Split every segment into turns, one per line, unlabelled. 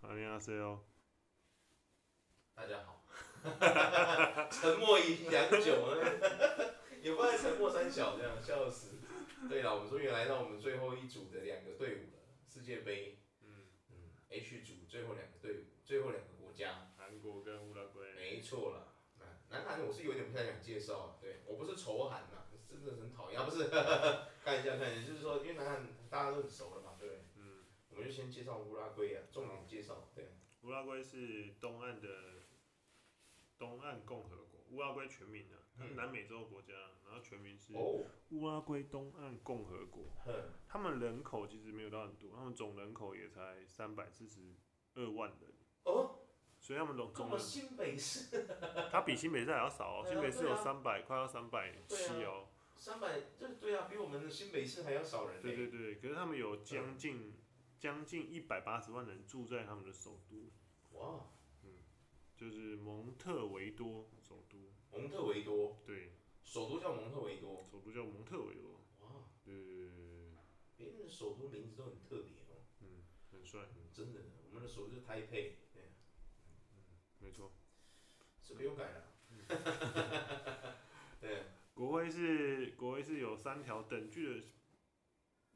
阿 C 哦，
大家好， 沉默已良久 了，也不知道沉默三小这样，笑死。对了，我们终于来到我们最后一组的两个队伍了，世界杯，
嗯，
嗯，H 组最后两个队伍，最后两个国家，
韩国跟乌拉圭，
没错了。啊南韩我是有点不太想介绍啊，对我不是仇韩呐、真的很讨厌，啊不是， 看一下看一下，就是说，因为南韩大家都很熟了嘛，对不对？
嗯，
我们就先介绍乌拉圭啊，重点介绍，对，
乌拉圭是东岸的东岸共和国，乌拉圭全名呢、它是
嗯
南美洲国家，然后全名是
哦，
乌拉圭东岸共和国。
哼，
他们人口其实没有到很多，他们总人口也才三百四十二万人，
哦，
所以他们总
跟
总
我
人，
新北市
它比新北市还要少哦，
哦啊对啊
新北市有
对啊
三百，快要三百七哦。
三百，这对啊，比我们的新北市还要少人呢、
对对对，可是他们有将近将近一百八十万人住在他们的首都，
哇，
就是蒙特维多首都。
蒙特维多，
对，
首都叫蒙特维多，
首都叫蒙特维多。
哇，
对对对对对对
别人的首都名字都很特别哦，
嗯，很帅，
嗯真的，我们的首都是台北，对啊，
没错。
是不用改了，对啊，
国徽是国徽是有三条等距的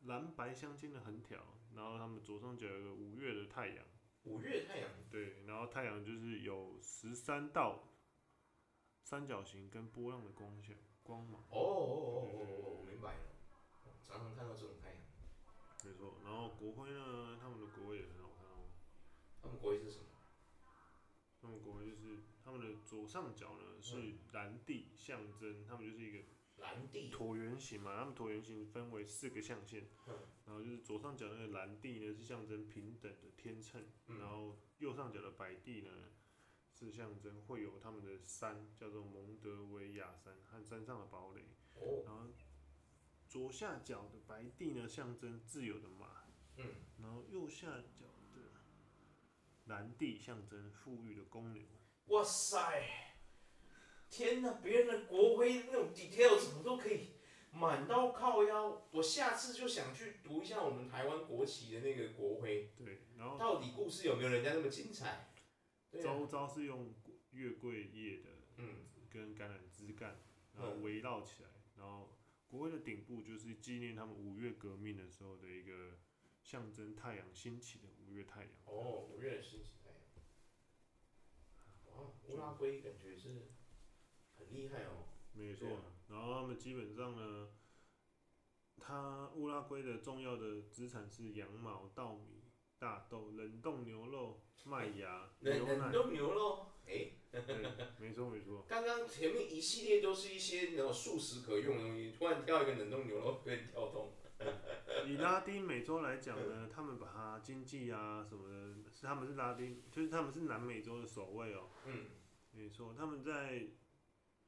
蓝白相间的横条，然后他们左上角有个五月的太阳，
五月太阳，
对，然后太阳就是有十三道三角形跟波浪的光线光芒，
哦哦哦哦哦，我明白了，常常看到这种太阳，
没错。然后国徽呢，他们的国徽也很好看哦，
他们国徽是什么？
他们国徽就是他们的左上角呢是蓝地，象征他们就是一个
蓝地，
椭圆形嘛，他们椭圆形分为四个象限，
嗯
然后就是左上角那个蓝地呢是象征平等的天秤，
嗯
然后右上角的白地呢是象征会有他们的山，叫做蒙德维亚山和山上的堡垒，
哦，
然后左下角的白地呢象征自由的马，
嗯，
然后右下角的蓝地象征富裕的公牛，
哇塞！天哪，别人的国徽那种 detail 怎么都可以满到靠腰，我下次就想去读一下我们台湾国旗的那个国徽，
对，然后
到底故事有没有人家那么精彩？对啊、
周遭是用月桂叶的。
嗯，
跟橄榄枝干，然后围绕起来，然后国徽的顶部就是纪念他们五月革命的时候的一个象征太阳兴起的五月太阳。
哦，五月的星期太阳。哇，哦乌拉圭感觉是很厉害哦。
没错
对啊。
然后他们基本上呢，它乌拉圭的重要的资产是羊毛、稻米、大豆、冷冻牛肉、麦芽、牛
冷冷
奶。
冻牛肉，诶，
对，没错没错。
刚刚前面一系列都是一些那种素食可用的东西，突然跳一个冷冻牛肉，可以跳动。
以拉丁美洲来讲呢，他们把它经济啊什么的，是他们是拉丁，就是他们是南美洲的首位哦。
嗯，
没错，他们在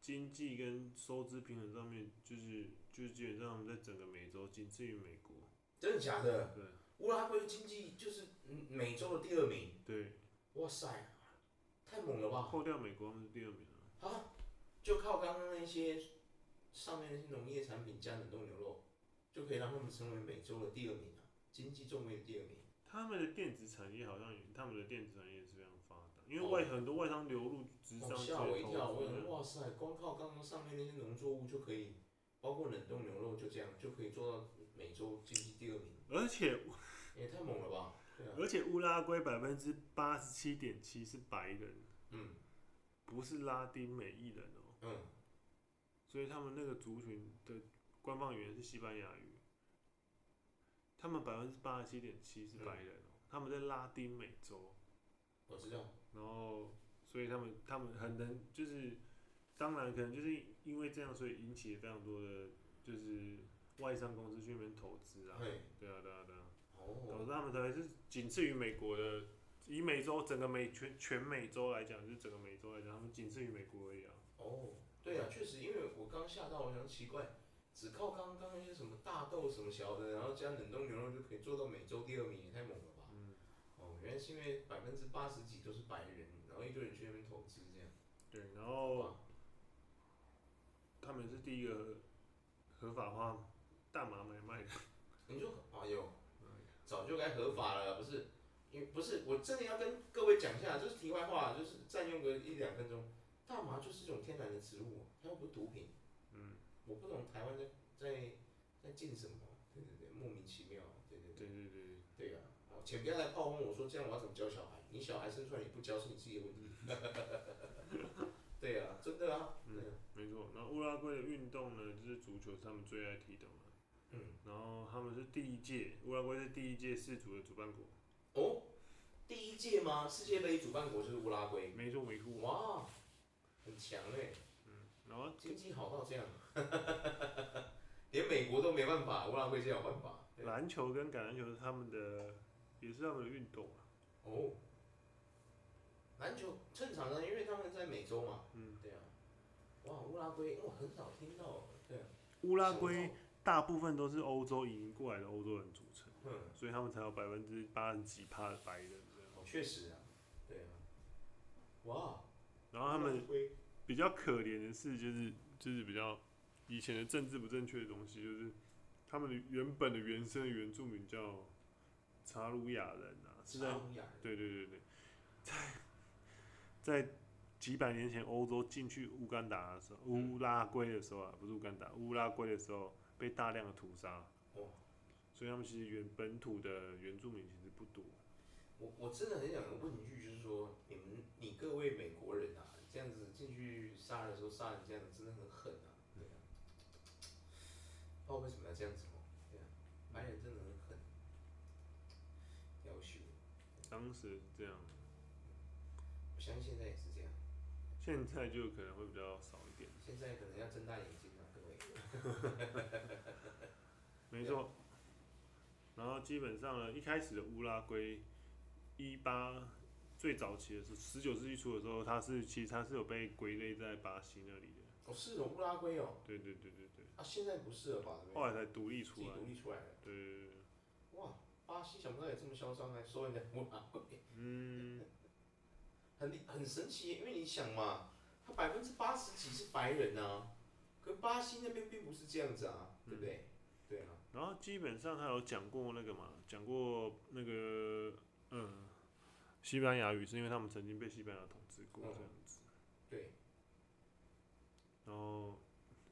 经济跟收支平衡上面，就是就是基本上他们在整个美洲仅次于美国。
真的假的？
对
乌拉圭经济就是嗯美洲的第二名，
对，
哇塞，太猛了吧！
扣掉美国，他们是第二名了。
啊，就靠刚刚那些上面那些农业产品加冷冻牛肉，就可以让他们成为美洲的第二名啊，经济重位的第二名。
他们的电子产业好像也，他们的电子产业也是非常发达，因为
哦
外、很多外商流入直上
哦
街
吓我一跳，
头
我想
嗯
哇塞，光靠刚刚上面那些农作物就可以，包括冷冻牛肉就这样就可以做到美洲经济第二名，
而且
也太猛了吧？对啊，
而且乌拉圭百分之八十七点七是白人，
嗯
不是拉丁美裔人哦，
嗯，
所以他们那个族群的官方语言是西班牙语。他们百分之八十七点七是白人哦，他们在拉丁美洲，
我知道，
然后所以他们他们很能就是，当然可能就是因为这样，所以引起了非常多的就是外商公司去那边投资啊，
嘿，
对啊对啊对啊，导
哦，
致他们才是仅次于美国的，以美洲整个美全全美洲来讲，就是整个美洲来讲，他们仅次于美国而已啊，
哦，对啊，确实，因为我刚吓到，我想奇怪，只靠刚刚那些什么大豆什么小的，然后加冷冻牛肉就可以做到美洲第二名，也太猛了吧！
嗯，
哦，原来是因为百分之八十几都是白人，然后一堆人去那边投资这样。
对，然后
哇，
他们是第一个合法化大麻买卖的。嗯
你说，哎呦，早就该合法了，不是？因为不是我真的要跟各位讲一下，就是题外话，就是占用个一两分钟。大麻就是一种天然的植物，它又不是毒品。
嗯，
我不懂台湾在在在进什么，对对对，莫名其妙，对对对
对对对，
对啊。好，请不要来炮轰我说这样我要怎么教小孩？你小孩生出来你不教是你自己的问题。 对啊，真的啊，对啊，
没错。然后乌拉圭的运动呢，就是足球，是他们最爱踢的嘛。
嗯，
然后他们是第一届，乌拉圭是第一届世足的主办国。
哦，第一届吗？世界杯主办国就是乌拉圭，
没错没错。
哇，很强哎、
然后
经济好到这样， 连美国都没办法，乌拉圭才有办法。对啊
篮球跟橄榄球是他们的，也是他们的运动啊。
哦，篮球正常啊的，因为他们在美洲嘛。
嗯，
对啊。哇，乌拉圭我很少听到，对啊。
乌拉圭大部分都是欧洲移民过来的欧洲人组成，
嗯，
所以他们才有百分之八十几趴的白人这样。
哦，确实啊，对啊。哇，
然后他
乌
们
拉圭
比较可怜的是，就是就是比较以前的政治不正确的东西，就是他们的原本的原生的原住民叫查鲁雅人啊，是在
沙乌亚人
对对对对，在在几百年前欧洲进去乌干达的时候，
嗯
乌拉圭的时候啊，不是乌干达，乌拉圭的时候被大量的屠杀，
哇，
所以他们其实原本土的原住民其实不多。
我我真的很想问一句，就是说你们你各位美国人啊，这样子进去杀人的时候杀人这样子真的很狠啊，对啊，不知道为什么要这样子哦，对啊，白人真的很狠，要求，
当时是这样，
我相信现在也是这样，
现在就可能会比较少一点。
现在可能要睁大眼睛啊，各位，
没错。然后基本上呢，一开始的乌拉圭，一八最早期的时候，十九世纪初的时候，它是其实它是有被归类在巴西那里的。
哦是哦乌拉圭哦，
对对对对对，
啊现在不是了吧，对不对
后来才独立
自
出
己
来。
独立出来了，
对对对对，
哇，巴西想不到有这么嚣张，还收人家乌拉圭。
嗯，
很厉很神奇耶，因为你想嘛，他百分之八十几是白人啊，可巴西那边并不是这样子啊，对不对？对啊，
然后基本上他有讲过那个嘛，讲过那个嗯，西班牙语是因为他们曾经被西班牙统治过
嗯
这样子，
对，
然后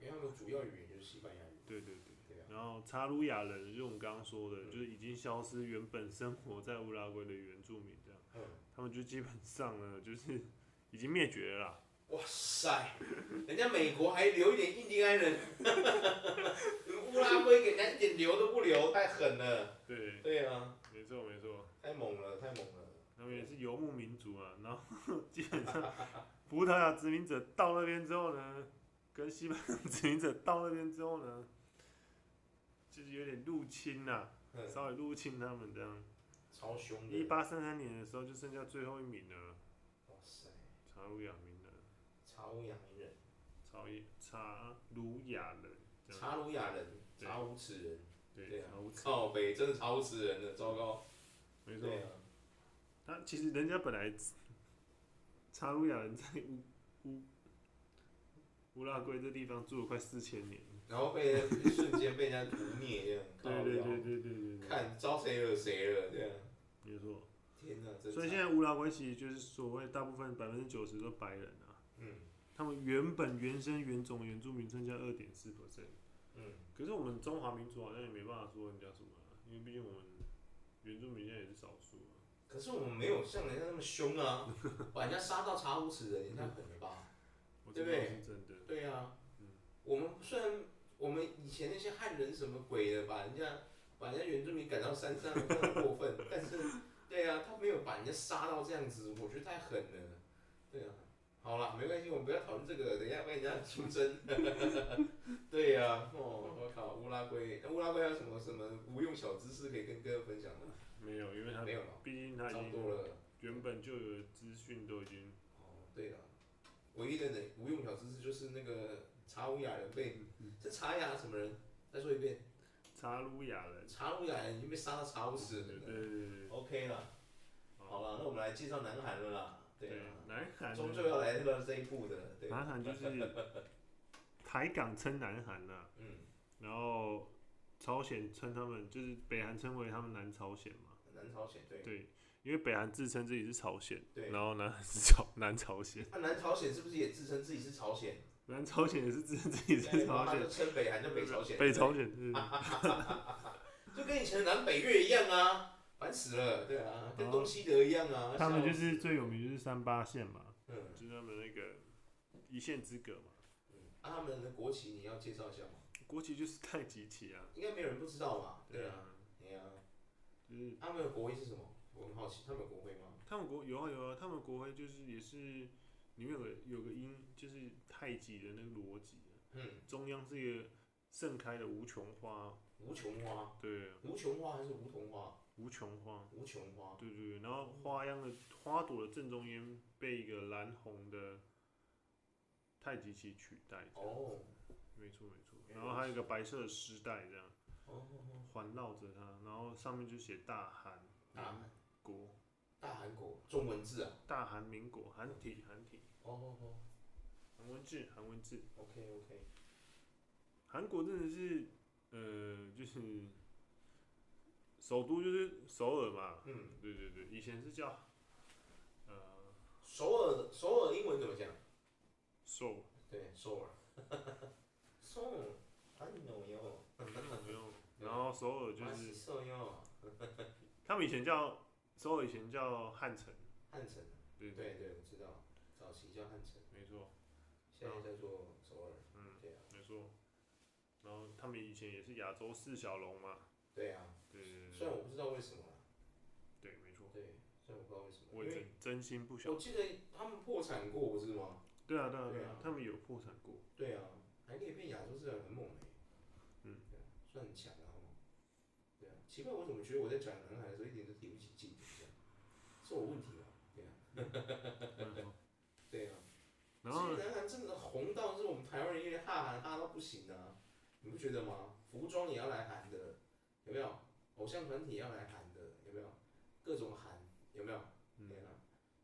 因为他们主要语言就是西班牙语，
对对对。
对啊，
然后查鲁亚人，就是我们刚刚说的，
嗯
就是已经消失原本生活在乌拉圭的原住民，这样，
嗯，
他们就基本上呢，就是已经灭绝了啦。
哇塞，人家美国还留一点印第安人，你们乌拉圭给人家一点留都不留，太狠了，
对，
对啊，
没错没错，
太猛了，太猛了，
他们也是游牧民族啊。然后 基本上，葡萄牙殖民者到那边之后呢，跟西班牙殖民者到那边之后呢，就是有点入侵啦、
嗯，
稍微入侵他们这样。
超凶的，
一八三三年的时候，就剩下最后一名了，
哇塞，
查鲁亚名了。
查乌亚人，
查耶查鲁亚人，这样
查鲁亚人，
对
查无此人，对
对，
啊
查无此，
靠北，真的查无此人了，糟糕。
没错
对。啊，
他其实人家本来查鲁亚人在乌乌乌拉圭这地方住了快四千年，
然后被人一瞬间被人家屠灭这 样，
对对对对对对对，
看招谁惹谁了这样，
没错。
天哪，真
所以现
惨
在乌拉圭其实就是所谓大部分百分之九十都白人啊，
嗯
他们原本原生原种原住民剩下二点四 percent，
嗯，
可是我们中华民族好像也没办法说人家什么啊、因为毕竟我们原住民现在也是少数啊。
可是我们没有像人家那么凶 啊，把人家杀到查无此人，也太狠了吧？
我这
对不
个
对
是真的，
对啊
嗯，
我们虽然我们以前那些汉人什么鬼的，把人家把人家原住民赶到山上，真的很过分，但是对啊，他没有把人家杀到这样子，我觉得太狠了，对啊。好了，没关系，我们不要讨论这个，等一下被人家出征。 对呀、哦，我靠，乌拉圭，那乌拉圭还有什么什么无用小知识可以跟各位分享吗？
没有，因为他
没有了，
毕竟他已
差
经
不多了。
原本就有的资讯都已经
哦，对了，唯一的能无用小知识就是那个查乌雅人被，是查雅什么人？再说一遍，
查鲁雅人，
查乌雅人已经被杀到查无死
对
人
对
了。
对
OK 了，好了，那我们来介绍南韩了啦。
对
对
对
啊，，
南韩
终
呢
究要来到这一步的。对，
南韩就是台港称南韩呐、
嗯，
然后朝鲜称他们就是北韩称为他们南朝鲜嘛，
南朝鲜对，
对，因为北韩自称自己是朝鲜，
对
然后南韩是朝 南朝鲜，
那啊南朝鲜是不是也自称自己是朝鲜？
南朝鲜也是自称自己是朝
他
鲜
就，称北韩叫北朝鲜，啊
北朝鲜是
就跟以前的南北越一样啊，烦死了，对啊，跟东西德一样啊。
他们就
笑
是
死
最有名就是三八线嘛，
嗯
就是他们那个一线之隔嘛，
嗯，啊，他们的国旗你要介绍一下吗？
国旗就是太极旗啊，
应该没有人不知道吧？对啊，
啊，
对啊，
就是
他们的国徽是什么？我很好奇，他们有国徽吗？
他们国有啊有啊，他们国徽就是也是里面有个有个音，就是太极的那个逻辑啊，
嗯，
中央是一个盛开的无穷花，
无穷花，
对，啊
无穷花还是梧桐花？
无穷花，
无穷花，
对对对，然后花样的花朵的正中间被一个蓝红的太极旗取代，这样
哦，
没错没错，
原来
然后还有一个白色的丝带这样
哦哦哦，
环绕着它，然后上面就写大韩
大
民
韩，
国，
大韩国中文字啊，
大韩民国，韩体韩体，
哦哦哦
韩文字韩文字。
，OK OK，
韩国真的是，呃，就是首都就是首尔嘛，
嗯，
对对对，以前是叫呃
首尔首尔英文怎么讲？
首，
对，首尔， 首尔，哎呦呦，
没有，然后首尔就
马西
是
首哟，
他们以前叫首尔，以前叫汉城，
汉城，
对
对对，我知道，早期叫汉城，
没错，
现在叫做首尔，
嗯，
对啊，
没错，然后他们以前也是亚洲四小龙嘛，
对啊，
对对
虽
对
然我不知道为什么啦，
对，没错，
对，虽然我不知道为什么，
我
因
也
为
真真心不晓
我
得，
记得他们破产过，不是吗？
对啊对啊
对
对
啊
啊，他们有破产 过，
对啊，韩可以变亚洲之人很猛哎、
嗯
对啊，算很强啊。哦对啊，奇怪，我怎么觉得我在讲南海的时候一点都提不起劲？这样是我问题吗？对啊，对啊。
然后
其实南韩真的红到是我们台湾人因为哈韩哈到不行啊，你不觉得吗？服装也要来韩的，有没有？偶像团体也要来韩的，有没有？各种韩有没有？
嗯
对。啊，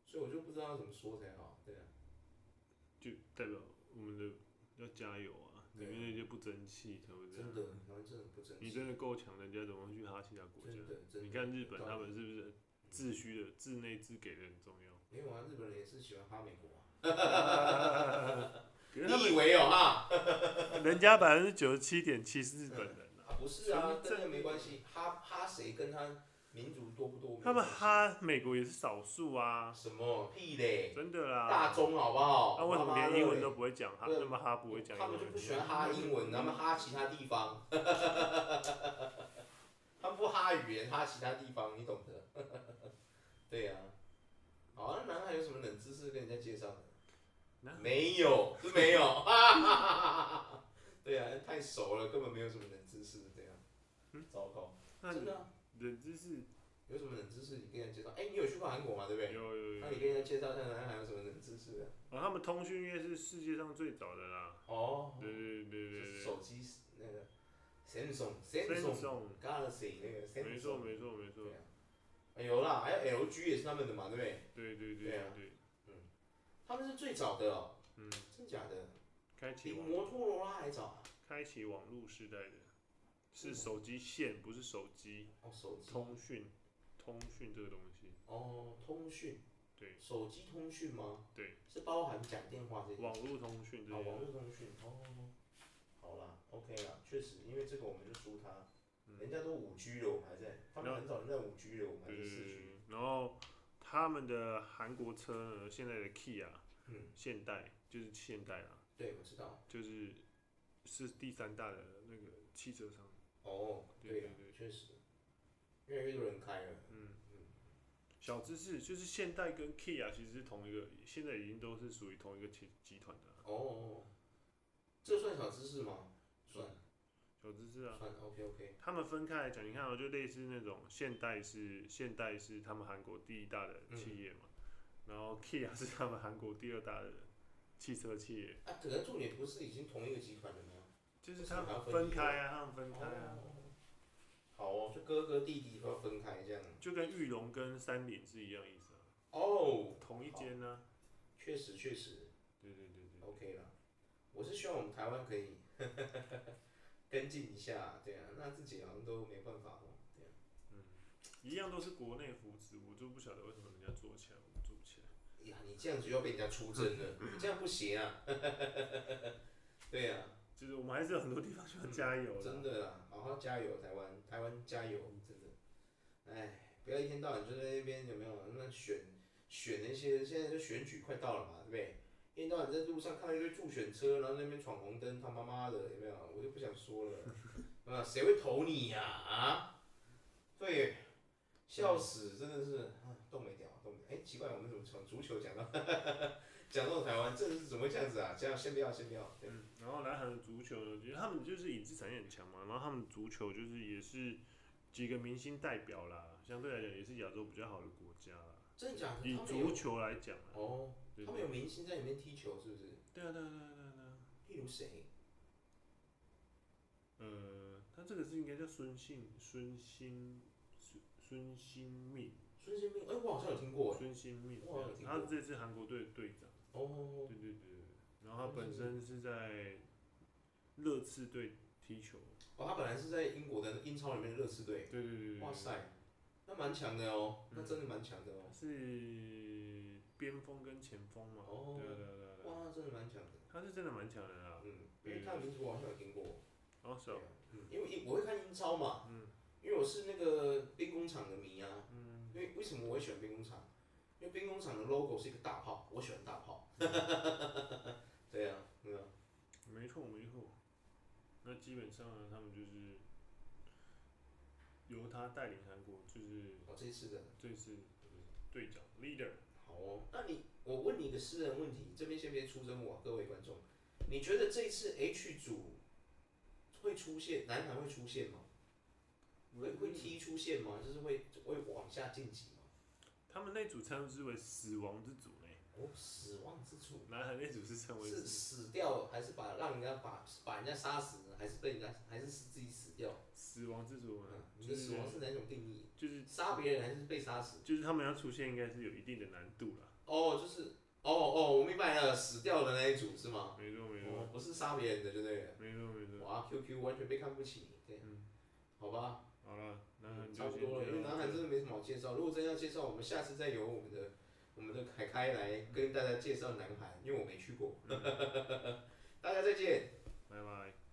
所以我就不知道怎么说才好。对啊，
就代表我们的要加油啊！里
对啊
面那些不争气才会这样。
真的，台湾真的不争
你
气，
真的够强，人家怎么会去哈其他国家
真？的真的。
你看日本，
对啊
他们是不是自需的、自内自给的很重要？
没有啊，日本人也是喜欢哈美国啊。
可是他
你以为哦哈？
们人家百分之九十七点七是日本人啊，
啊不是啊，
纯
跟
正
那没关系。哈哈谁跟他民族多不多？
他们哈美国也是少数啊，
什么屁嘞？
真的啦。
大中好不好？
那为什么
妈妈
连
的
英文都不会讲哈？
对
那么哈不会讲
他
英
们就
文
不？喜欢哈英文，他们哈其他地方。 他们不哈语言，哈其他地方，你懂得。 对呀、啊。好，那南海有什么冷知识跟人家介绍的
南？
没有，是没有。 对呀、啊，太熟了，根本没有什么冷知识，对呀、啊。糟糕，
嗯那
真
你
的啊、
冷知识
有什么冷知识你跟人家介绍？哎、你有去过韩国吗？对不
有
对？
有有
那你
有
跟人家介绍一下南海有什么冷知识啊？
啊，他们通讯业是世界上最早的啦。
哦，
对对对对
就是
对。
手机那个 Samsung
分
Samsung
送，
Galaxy 那个 Samsung，
没错没错没错
对，啊，哎有啦，还有 LG 也是他们的嘛，对不对？
对对对
对啊
对，
他们是最早的哦，
嗯，
真假的？
开启
比
网
摩托罗拉还早啊！
开启网络时代的，是手机线，不是手机
哦，嗯手机
通讯，通讯这个东西，
哦，通讯
对
手机通讯吗？
对，
是包含讲电话这些
网络通讯这
啊，网
些，
络通讯哦。好啦，OK 啦，确实，因为这个我们就输他，
嗯
人家都五 G 了，我们还在，他们
然后
很早就在五 G 了，我们还
对
在
对
四
对
G，
对，然后他们的韩国车呢，现在的 Kia
嗯，
现代就是现代啦，
对，我知道。
就是是第三大的那个汽车商，
哦，
对
对啊
对对
确实，越来越多人开了。
嗯。小知识就是现代跟 Kia 其实是同一个，现在已经都是属于同一个集集团的啊、
哦，这算小知识吗？算，
小知识啊，
算，OK OK。
他们分开来讲，你看哦，就类似那种现代是现代是他们韩国第一大的企业嘛，然后 Kia 是他们韩国第二大的汽车企业，
啊，可能重点不是已经同一个集团了吗？
就是他们分开啊，他们分开啊，
哦好哦，就哥哥弟弟要分开这样。
就跟玉龙跟三菱是一样意思啊，
哦，
同一间呢、
确实确实
对对对对，
OK 啦。我是希望我们台湾可以 跟进一下，对啊，那自己好像都没办法哦，对啊。
嗯，一样都是国内扶植，我就不晓得为什么人家做起来，我们做不起来。
呀，你这样子又要被人家出征了，你这样不行啊！ 对啊呀、
就是我们还是有很多地方需要加油
真的啦，好好加油，台湾，台湾加油，真的。哎，不要一天到晚就在那边有没有那选选那些，现在就选举快到了嘛，对不对？一天到晚在路上看到一堆助选车，然后在那边闯红灯，他妈妈的，有没有？我就不想说了， 啊，谁会投你呀、啊？对，笑死，真的是啊，动没掉，动没掉。哎，奇怪，我们怎么从足球讲到 讲到台湾，这是怎么会这样子啊？这样先不要，先不要。对，
嗯，然后南韩的足球呢，就是他们就是影视产业很强嘛，然后他们足球就是也是几个明星代表啦，相对来讲也是亚洲比较好的国家啦。
真的假的？
以
他们有
足球来讲啊，
哦，
对
他
对
们有明星在里面踢球，是不是？
对啊对啊对啊对啊对啊。
例如谁？
呃，他这个是应该叫孙兴孙兴孙孙兴命
孙兴慜？哎，我好像有听过哎。
孙兴命
我好像有，听
他
过
是这次韩国队的队长。
哦，
对对对对，然后他本身是在热刺队踢球。
哦，他本来是在英国的英超里面的热刺队。
对对对对对。
哇塞，那蛮强的哦，那
嗯
真的蛮强的哦。
是边锋跟前锋嘛？
哦
对啊对啊对啊对啊，
哇，那真的蛮强的。
他是真的蛮强的啦。
嗯，因为他的名字我好像有听过。
哦，是哦，
嗯，因为英我会看英超嘛。嗯。因为我是那个兵工厂的迷啊。
嗯，
因为为什么我会喜欢兵工厂？因为兵工厂的 logo 是一个大炮，我喜欢大炮。
嗯
对啊，对啊。
没错没错。那基本上呢，他们就是由他带领韩国，就是
哦，这一次的。
这次队长 leader。
好哦，那你我问你一个私人问题，这边先别出征我、各位观众，你觉得这一次 H 组会出现南韩会出现吗？会会踢出现吗？就是会会往下晋级吗？
他们那组称之为死亡之组呢，
哦，死亡之组
南韩那组是称为
是死掉还是把让人家把把人家杀死呢？还是被人家还是自己死掉？
死亡之组嘛
嗯，，你
就
的死
是
亡是哪种定
啊
义？
就是
杀别人还是被杀死？
就是他们要出现应该是有一定的难度啦。
哦，就是哦哦，我明白了，死掉的那一组是吗？
没错没错
哦，不是杀别人的就对了。
没错没错。
哇，QQ 完全被看不起，对，
嗯
好吧，
好了，南韩就
嗯差不多了，
先
因为
这样
南韩真的没什么好介绍。如果真要介绍，我们下次再由我们的我们的凯凯来
嗯
跟大家介绍南韩，因为我没去过。大家再见。
拜拜。